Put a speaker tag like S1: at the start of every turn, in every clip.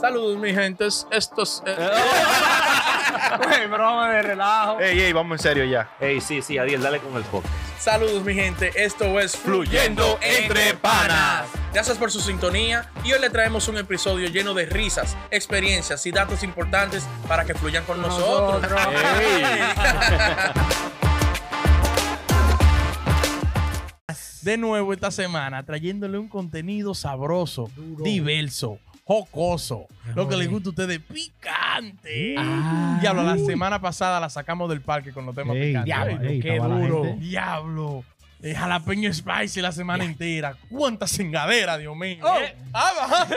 S1: Saludos, mi gentes. Estos. eh,
S2: Güey, broma de relajo.
S3: Ey, ey, vamos en serio ya.
S4: Ey, sí, sí, Adiel, dale con el podcast.
S1: Saludos, mi gente. Esto es
S3: Fluyendo Entre Panas.
S1: Gracias por su sintonía y hoy le traemos un episodio lleno de risas, experiencias y datos importantes para que fluyan con nosotros.
S2: Nosotros.
S1: De nuevo esta semana trayéndole un contenido sabroso, diverso, jocoso, lo que les gusta a ustedes, picante. Diablo, la semana pasada la sacamos del parque con los temas
S5: Ah. Ey,
S1: picantes.
S5: diablo,
S1: Ey,
S5: ey,
S1: qué
S5: estaba la
S1: duro.
S5: gente.
S1: Diablo. Eh, jalapeño spicy la semana entera. Cuánta cingadera, Dios mío.
S2: Oh.
S1: Eh, ah, ah, ah,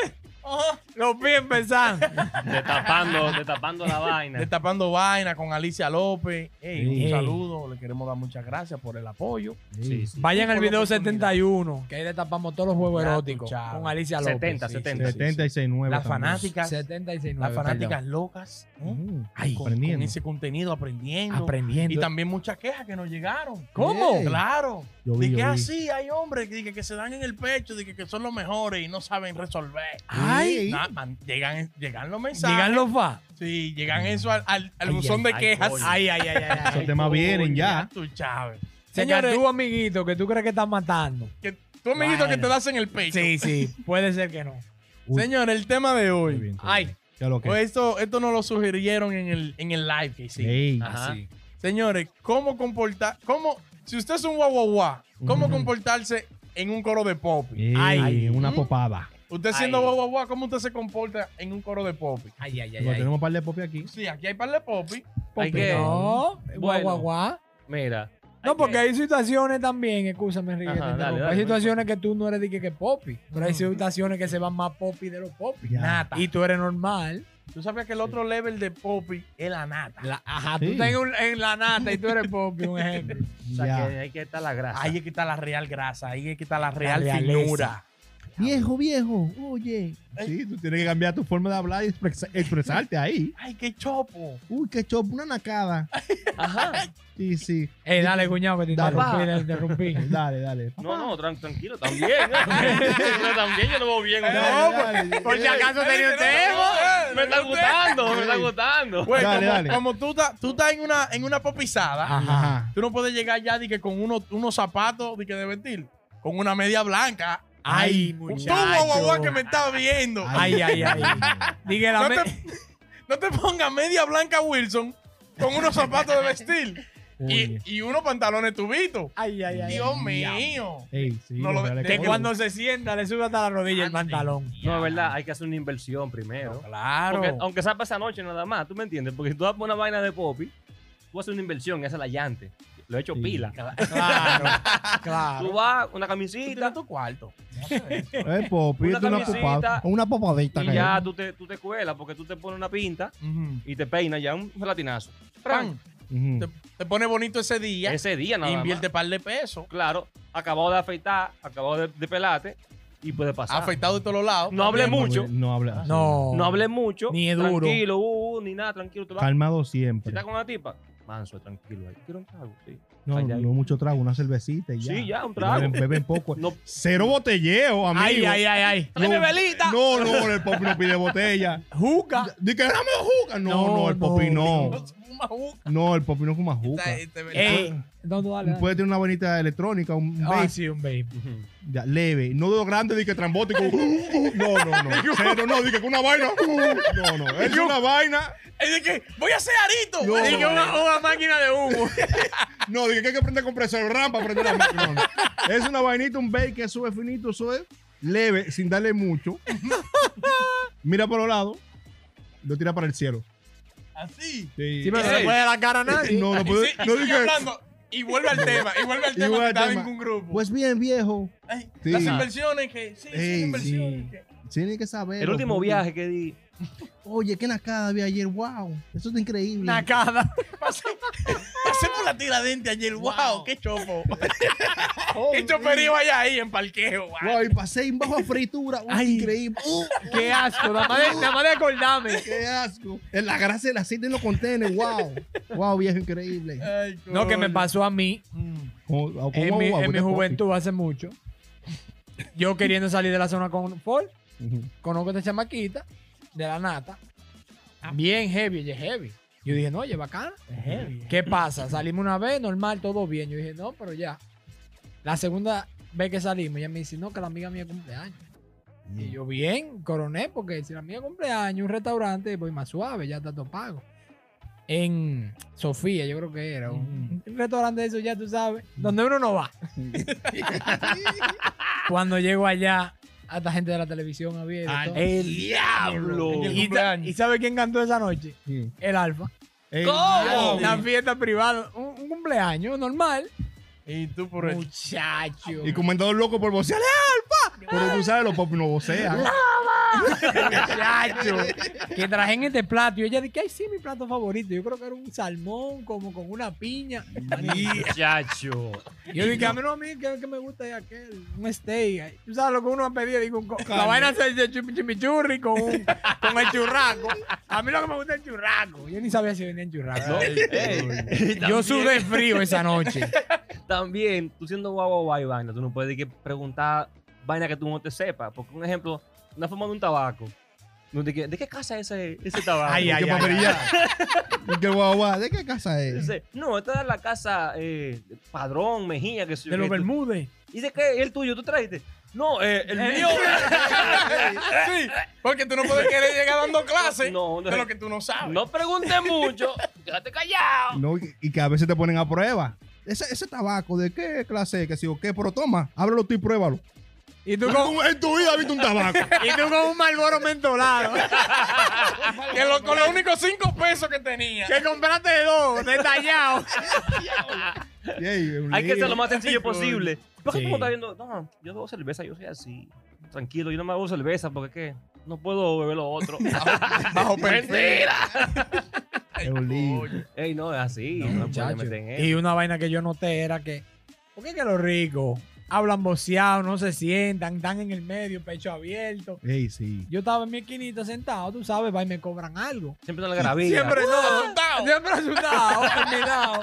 S2: Los pies empezando.
S4: Destapando, destapando la vaina.
S1: Destapando vaina con Alicia López. Ey,
S5: Ey.
S1: Un saludo. Le queremos dar muchas gracias por el apoyo.
S4: Sí, sí.
S2: Vayan al
S1: Por la
S2: video
S1: oportunidad.
S2: 71, que ahí le tapamos todos los juegos
S1: Ya tú
S2: eróticos
S1: sabes.
S2: con Alicia López.
S4: 70,
S2: Sí,
S4: 70.
S2: sí, sí.
S5: 76 nuevos.
S1: Las fanáticas,
S2: 76.
S1: las fanáticas locas. ¿eh?
S5: Ay,
S1: con, con
S5: aprendiendo.
S1: ese contenido, aprendiendo.
S2: Mm, aprendiendo.
S1: Y también muchas quejas que nos llegaron.
S2: ¿Cómo?
S5: Ey.
S1: Claro.
S5: Yo vi,
S1: de
S5: yo
S1: que
S5: vi.
S1: así hay hombres que, que- que se dan en el pecho, de que, que son los mejores y no saben resolver.
S2: Ay.
S1: Na- man, llegan, llegan los mensajes.
S2: Llegan los fa.
S1: sí, llegan eso al, al, al
S5: Ay,
S1: buzón de
S4: ay,
S1: quejas.
S4: coño.
S2: Ay, ay, ay, ay.
S5: Esos temas vienen ya.
S1: Tú, Chávez.
S2: Señores,
S1: Señores-
S2: tu amiguito que tú crees que estás matando.
S1: Que, tú, amiguito, que
S2: Bueno.
S1: te das en el pecho.
S2: Sí, sí, puede ser que no.
S5: Uy.
S1: Señor, el tema de
S5: Muy
S1: hoy.
S5: bien, todo
S2: Ay.
S5: bien. ¿Qué es lo que?
S1: Pues esto, esto nos lo sugirieron en el, en el live que hicimos.
S5: Ey,
S4: Ajá.
S1: Señores, ¿cómo comportar? ¿Cómo? Si usted es un guau guau guau, ¿cómo
S5: Ujú.
S1: comportarse en un coro de pop?
S5: ey,
S2: Ay.
S5: una popada.
S1: Usted siendo
S4: Ay.
S1: guau guau guau, ¿cómo usted se comporta en un coro de pop?
S2: Ay, ay,
S5: Bueno, tenemos un par de popis aquí.
S1: Sí, aquí hay par de popi.
S4: Hay que-
S2: No,
S4: Bueno.
S2: guau, guau, guau.
S4: Mira.
S2: No,
S4: hay
S2: porque
S4: que-
S2: hay situaciones también, escúchame, Enrique.
S4: Ajá,
S2: te
S4: dale,
S2: interrumpo.
S4: dale,
S2: hay
S4: no
S2: situaciones que tú no eres de que, que popi, pero hay situaciones que se van más popi de los popi.
S5: Ya.
S1: Nata.
S2: Ah. Y tú eres normal.
S1: Tú sabías que el otro level de popi es la nata.
S2: La- ajá,
S5: Sí.
S2: tú estás en, un- en la nata y tú eres popi, un ejemplo.
S4: o sea,
S5: Ya.
S4: que hay que estar la grasa.
S1: Ahí es que está la real grasa, ahí es que está la real
S2: realeza.
S1: finura.
S5: Viejo, viejo, oye. Sí, tú tienes que cambiar tu forma de hablar y expresa- expresarte ahí.
S1: Ay, qué chopo.
S5: Uy, qué chop, una nacada.
S4: Ajá.
S5: Sí, sí.
S2: Ey, Eh, dale, cuñado, que te
S5: Dale.
S2: interrumpí, te interrumpí.
S5: Dale, dale.
S4: No, no, tran- tranquilo, también. Yo también yo lo veo bien.
S1: Eh,
S4: ¿no? eh,
S5: dale, dale.
S2: por si
S5: Ey,
S2: acaso tenía un tema.
S4: Me está gustando, me está gustando.
S1: Güey,
S5: Dale,
S1: como,
S5: dale.
S1: como tú estás tú estás en una, en una popizada,
S5: Ajá.
S1: tú no puedes llegar ya de que con uno- unos zapatos de que de vestir, con una media blanca.
S2: Ay,
S1: Tú,
S2: muchacho.
S1: guau, guau, guau, que me estás viendo.
S2: Ay, ay, ay. Dije la
S1: No
S2: me-
S1: te, no te pongas media blanca Wilson con unos zapatos de vestir y,
S5: Oye.
S1: y unos pantalones tubitos.
S2: Ay, ay, ay.
S1: Dios mío.
S5: Ey, sí.
S1: No lo-
S5: dale,
S1: de
S2: Que
S5: coño.
S2: cuando se sienta le sube hasta la rodilla el pantalón.
S4: No, es verdad, hay que hacer una inversión primero.
S2: Claro.
S4: Porque, aunque sea para esa noche nada más, ¿tú me entiendes? Porque si tú vas por una vaina de popi, tú haces una inversión, esa es la llante. Lo he hecho
S5: Sí.
S4: pila.
S2: Claro,
S4: Tú
S2: claro.
S4: vas, una
S1: Y
S4: camisita,
S1: en tu cuarto.
S5: Eh, popi,
S4: Una
S5: esto es una
S4: camisita.
S5: popada. Una popadita.
S4: y
S5: que-
S4: ya tú te, tú te cuelas porque tú te pones una pinta
S1: Ujú.
S4: y te peinas ya un gelatinazo.
S1: Fran,
S5: Ujú.
S1: te, te pone bonito ese día,
S4: Ese día nada
S1: invierte
S4: más.
S1: par de pesos,
S4: Claro, acabado de afeitar, acabado de, de pelarte y puede pasar.
S1: afectado de todos los lados.
S4: No hable mucho,
S5: No hable. sí.
S2: No.
S4: no hable mucho.
S2: Ni es duro.
S4: Tranquilo, uh, uh, ni nada, tranquilo. Te vas.
S5: Calmado
S4: Si
S5: siempre.
S4: estás con una tipa, manso, tranquilo. ahí. Quiero un trago, sí.
S5: No,
S4: Ay,
S5: no
S4: ay.
S5: mucho trago, una cervecita y ya.
S4: Sí, ya, un
S5: Y
S4: trago.
S5: Beben, beben poco.
S4: No,
S5: Cero botelleo, amigo.
S2: Ay, ay, ay, ay.
S4: ¡Tráeme velita!
S5: No, no, el popi no pide botella.
S2: Juca.
S5: Dice que dame juca. No, no,
S2: No,
S5: el popi no.
S2: no.
S1: No se fuma este, juca.
S5: No, el popi no fuma juca.
S1: Está- está-
S2: Ey. No, no, dale. dale.
S5: Puede tener una bonita electrónica, un
S2: Ah,
S5: vape,
S2: sí, un baby.
S5: ya, leve. No de lo grande, dice que trambótico. No, no, no. Cero, no, dice que una vaina. No, no, es una vaina.
S1: Es de que voy a hacer arito.
S5: No.
S1: Es de que una- una máquina de humo.
S5: No, dije que hay que prender compresor RAM para prender la máquina. No, no. Es una vainita, un bake, que eso es finito, eso es leve, sin darle mucho. Mira por los lados, lo tira para el cielo.
S1: Así.
S5: Sí. Eh,
S2: Sí, pero no
S1: Ey.
S2: le puede la cara a nadie.
S5: no, no
S1: Y
S5: puede-
S1: sí- y
S5: no
S1: sigue
S5: dije.
S1: hablando. Y vuelve al tema, y vuelve al
S5: Y
S1: tema que
S5: vuelve al
S1: estaba en
S5: tema.
S1: ningún grupo.
S5: Pues bien, viejo.
S1: Ay,
S5: Sí.
S1: Las inversiones que. Sí, sí, las
S5: Ey,
S1: inversiones
S5: sí.
S1: que.
S5: Tiene que saber.
S4: el último viaje que di,
S5: Oye, qué nacada había ayer. Wow, eso es increíble.
S2: Nacada.
S1: Pasé, pasé por la tiradente ayer. ¡Wow! ¡Qué chopo! ¡Qué choperío hay ahí en parqueo! guau.
S5: Wow, y pasé en bajo a fritura. Uy,
S2: Ay.
S5: increíble. Uh,
S2: Qué asco. Nada más de, nada más de acordarme.
S5: qué asco. En la grasa del aceite en los contenedores. Wow. Wow, viejo, increíble.
S1: Ay,
S2: No, que me
S1: coño.
S2: pasó a mí
S5: ¿Cómo- cómo
S2: Eh, en mi,
S5: agua?
S2: en
S5: What
S2: mi
S5: the fuck?
S2: juventud hace mucho. Yo queriendo salir de la zona confort,
S5: Ujú.
S2: conozco a esta chamaquita de la nata. Bien heavy, oye, heavy. Yo dije, no, oye, bacana. ¿Qué pasa? Salimos una vez, normal, todo bien. Yo dije, no, pero ya. La segunda vez que salimos, ella me dice, no, que la amiga mía cumpleaños.
S1: Mm.
S2: Y yo, bien, coroné, porque si la mía cumpleaños, un restaurante, voy más suave, ya está todo pago. En Sofía, yo creo que era.
S1: Mm.
S2: Un, un restaurante de eso, ya tú sabes, donde uno no va. Cuando llego allá, hasta gente de la televisión había. y de todo.
S1: ¡El diablo!
S2: ¿Y, sa- ¿Y sabe quién cantó esa noche? El Alfa.
S5: Ey,
S1: ¿Cómo?
S2: Una fiesta privada, un, un cumpleaños normal.
S1: Y tú por el...
S2: Muchacho.
S5: Y comentador loco por vocear ¡Alfa! Pero tú sabes, los popis no vocean.
S2: Muchacho. que traje en este plato. Y ella dije, ay, sí, mi plato favorito. Yo creo que era un salmón, como con una piña.
S4: Muchacho.
S2: Yo dije, a mí no, a mí que, que me gusta es aquel, un steak. Tú sabes lo que uno ha pedido, digo, un co- la vaina es el chim- chimichurri con, un- con el churraco. A mí lo que me gusta es el churraco. Yo ni sabía si vendían churraco. Yo
S4: Yo
S2: sudé frío esa noche.
S4: También, tú siendo guau guau guau y vaina, tú no puedes decir que preguntar vaina que tú no te sepas. Porque, un ejemplo, una forma de un tabaco. No, ¿De qué, de qué casa es ese, ese tabaco?
S5: ¿Y qué papería? ¿Y qué guau guau? ¿De qué casa es?
S4: Dice, no, esta es la casa eh, Padrón, Mejía, que
S2: De los Bermúdez.
S4: Dice que el tuyo, tú trajiste. No, eh, el mío.
S1: sí, porque tú no puedes querer llegar dando clases
S4: No, no.
S1: de lo que tú no sabes.
S4: No preguntes mucho. Quédate callado.
S5: No, y- y que a veces te ponen a prueba. Ese, ese tabaco, ¿de qué clase? es? Que si o qué, pero toma, ábrelo tú y pruébalo.
S2: Y tú con,
S5: Tú En tu vida has visto un tabaco.
S2: y tú con un malboro mentolado.
S1: Que lo- con los únicos cinco pesos que tenía.
S2: que compraste de dos, detallado.
S5: Y ahí, es un
S4: Hay que
S5: lío.
S4: ser lo más sencillo posible. ¿Por qué
S2: Sí.
S4: tú me estás viendo? No, yo bebo cerveza, yo soy así. Tranquilo, yo no me hago cerveza porque es que no puedo beber lo otro.
S1: Bajo mentira.
S5: Es un lío.
S4: Ey, no, es así. No, me puedes meter en eso.
S2: Y una vaina que yo noté era que, ¿por qué que los ricos hablan boceados, no se sientan, están en el medio, pecho abierto?
S5: Ey, sí.
S2: Yo estaba en mi esquinita sentado, tú sabes, va y me cobran algo.
S4: Siempre en la garabilla.
S2: Siempre no,
S1: asustado.
S2: siempre asustado, terminado.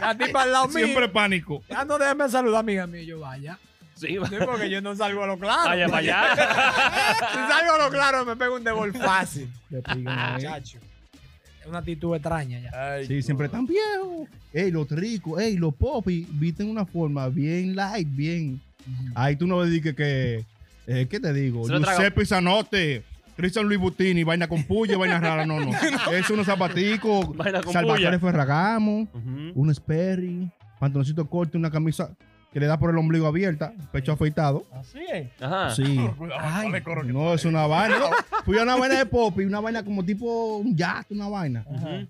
S2: La tipa al lado mío.
S5: Siempre pánico.
S2: Ah, no, déjame saludar, amiga mía. Yo, vaya.
S4: Sí, va-
S2: Sí, porque yo no salgo a lo claro.
S4: vaya para allá.
S2: Si salgo a lo claro, me pego un devol fácil.
S5: Le pegan ahí.
S2: Muchacho. Es una actitud extraña ya.
S5: Sí, siempre tan viejo. Ey, los ricos, ey, los popis visten una forma bien light, bien. Ahí tú no me dices que. eh, ¿Qué te digo?
S4: Se lo trago.
S5: Giuseppe Zanote, Cristian Luis Butini, vaina con puya, vaina rara, no, no. Es unos zapaticos,
S4: Vaina con puya.
S5: Salvatore Ferragamo,
S4: Ujú.
S5: un Sperry, pantaloncito corto, una camisa que le da por el ombligo abierta, pecho afeitado.
S1: Así es.
S4: Ajá.
S5: Sí.
S1: Cuidado, dale coro que-
S5: No, es una vaina. No, Fui a una vaina de popis, una vaina como tipo un yate, una vaina.
S4: Ujú.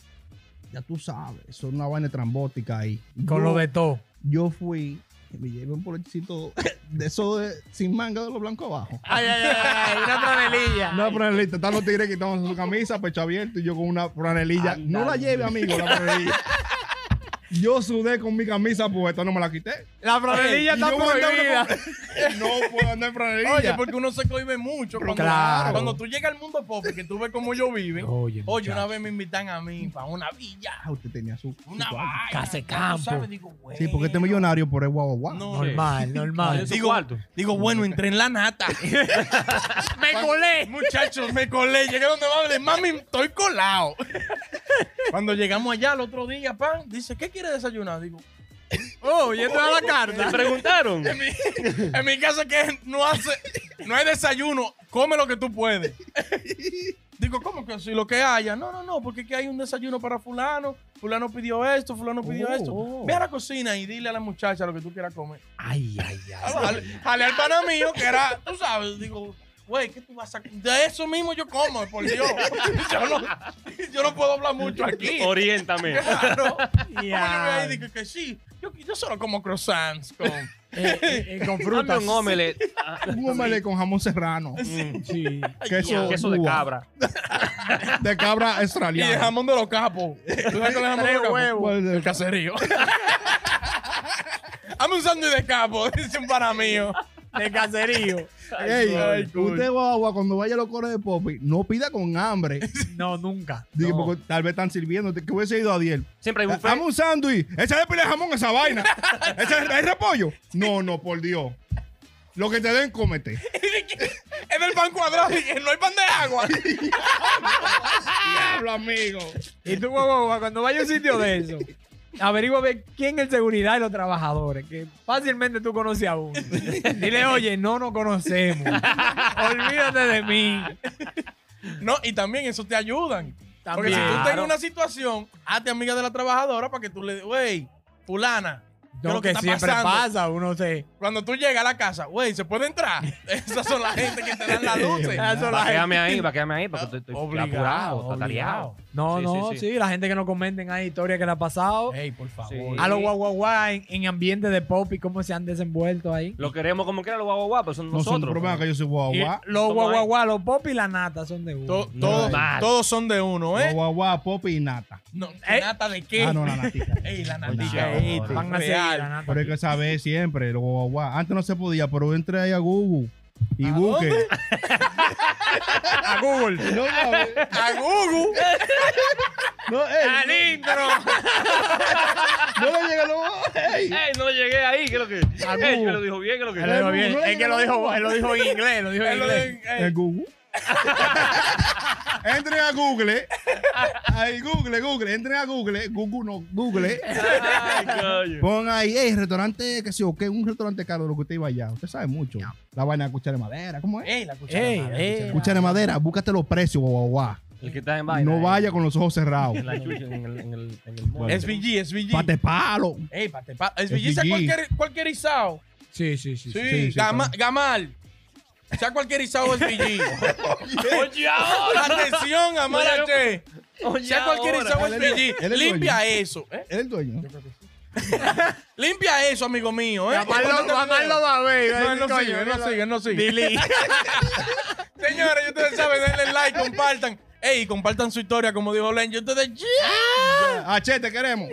S5: Ya tú sabes, eso es una vaina trambótica ahí.
S2: Con
S5: Yo-
S2: lo de todo.
S5: yo fui y me llevé un polochito de eso de, sin manga de los blancos abajo.
S2: Ay, ay, ay, ay, una franelilla.
S5: Una franelita, están los tigres quitando su camisa, pecho abierto y yo con una franelilla.
S4: Ándale.
S5: No la lleve, amigo, la franelilla. Yo sudé con mi camisa puesta, no me la quité.
S2: La franelilla
S5: Y
S2: está
S5: yo voy a andar
S2: prohibida.
S5: con- No puedo andar en franelilla.
S1: Oye, porque uno se cohibe mucho. Cuando,
S2: claro.
S1: cuando tú llegas al mundo pop, que tú ves cómo ellos viven.
S2: Oye,
S1: Oye, una
S2: muchacho.
S1: vez me invitan a mí para una villa,
S5: Ah, usted tenía su. su
S1: una
S5: cuarto.
S1: vaina.
S2: casa de
S1: ya tú
S2: campo.
S1: sabes, digo,
S5: Sí, porque este
S1: bueno.
S5: millonario por el guau guau.
S1: No,
S2: Normal,
S4: Ah,
S2: normal.
S4: en su
S1: Digo-
S4: cuarto.
S1: Digo, bueno, entré en la nata. me colé. Muchachos, me colé. Llegué donde va a hablar. Mami, estoy colado. Cuando llegamos allá el otro día, pan, dice, ¿qué quiere desayunar? Digo,
S2: Oh, yendo a la carta.
S4: ¿Te preguntaron?
S1: en mi, en mi casa que no hace, no hay desayuno, come lo que tú puedes. Digo, ¿cómo que si lo que haya? No, no, no, porque es que hay un desayuno para fulano, fulano pidió esto, fulano pidió
S5: Oh.
S1: esto. Ve a la cocina y dile a la muchacha lo que tú quieras comer. Ah,
S2: Ay, ay, ay.
S1: Jale- Jalé al pana mío que era, tú sabes, digo, güey, ¿qué tú vas a De eso mismo yo como, por Dios. Yo no, yo no puedo hablar mucho aquí.
S4: Oriéntame.
S1: Claro. Como yo
S2: Ya.
S1: me digo que sí, yo, yo solo como croissants con...
S2: Eh, eh, eh, con
S4: Dame
S2: frutas.
S4: un omelette. Ah,
S5: Un omelette con jamón serrano.
S4: mm,
S2: Sí.
S5: Queso,
S4: Queso de
S5: Cuba,
S4: cabra.
S5: De cabra
S1: Y el
S5: australiana.
S1: jamón de los capos. ¿Tú sabes cuál es el jamón de los capos? El caserío. Hazme un sándwich de capo, dice un pana mío.
S2: De caserío.
S5: Ey,
S1: Ay,
S5: usted guagua cuando vaya a los cores de popi, no pida con hambre.
S2: No, nunca.
S5: Dije,
S4: No.
S5: porque tal vez están sirviendo. Que hubiese ido a 10.
S4: Siempre hay un
S5: Dame un sándwich. Échale pila de jamón a esa vaina. ¿Ese es- ¿Es repollo? No, no, por Dios. Lo que te den, cómete.
S1: Es del pan cuadrado y que no hay pan de agua.
S5: Diablo, amigo.
S2: Y tú, guau, guau, guau, cuando vaya a un sitio de eso, averigua a ver quién es seguridad y los trabajadores, que fácilmente tú conoces a uno. Dile, oye, no nos conocemos. Olvídate de mí.
S1: No, y también eso te ayudan. Porque si tú estás en
S2: Claro.
S1: una situación, hazte amiga de la trabajadora para que tú le digas, wey, fulana. ¿qué es
S2: Lo
S1: lo que
S2: que
S1: está
S2: siempre
S1: pasando?
S2: pasa, uno se...
S1: Cuando tú llegas a la casa, wey, ¿se puede entrar? Esas son las gente que te dan las luces.
S2: Esas son las
S4: Vaquéame ahí, vaquéame ahí, porque estoy, estoy
S1: Obligado,
S4: apurado, estoy
S1: obligado.
S4: atareado.
S2: No,
S4: Sí,
S2: no, sí, Eh,
S4: sí, sí.
S2: La gente que nos comenten hay historias que le ha pasado.
S1: Ey, por favor.
S4: Sí.
S2: A los guau, guau, guau, en, en ambiente de pop y cómo se han desenvuelto ahí.
S4: Lo queremos como quiera los guau, guau, guau, pero son
S5: No son
S4: nosotros.
S5: problemas que yo soy
S2: Y
S5: guagua.
S1: ¿Eh?
S2: los
S4: Somos
S2: guau, guau,
S4: ahí.
S2: guau, los pop y la nata son de uno.
S1: To-
S5: No,
S1: todos,
S4: mal.
S1: todos son de uno, ¿eh?
S5: Guagua, pop y nata.
S1: No, ¿qué ¿Nata de qué?
S5: Ah, no, la natica.
S1: Ey, la
S4: Obligado,
S1: natica. ey,
S4: obligado.
S2: Van a seguir
S1: real.
S2: la nata.
S5: Pero hay que saber siempre, lo guagua. Antes no se podía, pero entré ahí a Google y
S1: ¿A
S5: busque.
S1: dónde?
S2: A Google.
S5: No, mames.
S1: A Gugu.
S5: no, ey,
S4: ¡Alintro!
S2: Ah,
S5: no le llega lo ey.
S4: ¡Ey, no llegué ahí! ¿Qué es lo que...? ¡Ey, me lo dijo bien! ¿Qué es lo que...?
S2: Él lo dijo bien.
S5: No, no,
S2: Es que
S5: no,
S2: lo
S5: no,
S2: dijo,
S5: no.
S2: él lo dijo en inglés, lo dijo en
S1: Él lo
S2: inglés.
S1: de- ey,
S5: ¿En Google? entren a Google. Ahí, Google, Google. Entren a Google. Google no, Google. ¿eh?
S4: ¡Ay, coño!
S5: Pon ahí, hey, restaurante, que sé yo, que un restaurante caro de lo que usted iba allá. Usted sabe mucho. La vaina de cuchara de madera, ¿cómo es?
S1: Ey, la cuchara.
S2: Ey,
S1: mala,
S2: ey.
S1: cuchara.
S5: Cuchara de madera, búscate los precios, guau, guau, guau.
S4: El que está en vaina.
S5: No
S4: eh.
S5: vaya con los ojos cerrados.
S4: En la chucha, en el... En el, en el mall.
S1: SVG, SVG.
S5: Pate palo.
S1: Ey, pate, pa- SVG sea
S5: SVG.
S1: cualquier, cualquierizado.
S2: Sí, sí, sí.
S1: Sí,
S5: sí, sí,
S1: Gama-
S5: claro.
S1: Gamal. Sea cualquierizado SVG.
S4: ¡Oye, ahora!
S1: Atención, Gamal
S4: Oye,
S1: H.
S4: ¡Oye,
S1: Sea cualquierizado
S5: Él es-
S1: SVG.
S5: él es
S1: Limpia eso. ¿eh?
S5: ¿Es el dueño?
S1: Limpia eso, amigo mío. ¿eh?
S2: Jamás lo-
S1: Ponte
S2: jamás lo
S1: cuidado.
S2: va a ver.
S1: No, él no
S2: Coño,
S1: sigue, él no
S2: mira.
S1: sigue, él no sigue.
S2: Delete.
S1: Señores, ustedes saben, denle like, compartan. Ey, compartan su historia, como dijo Len. Y ustedes, ya.
S5: Ah, che, te queremos.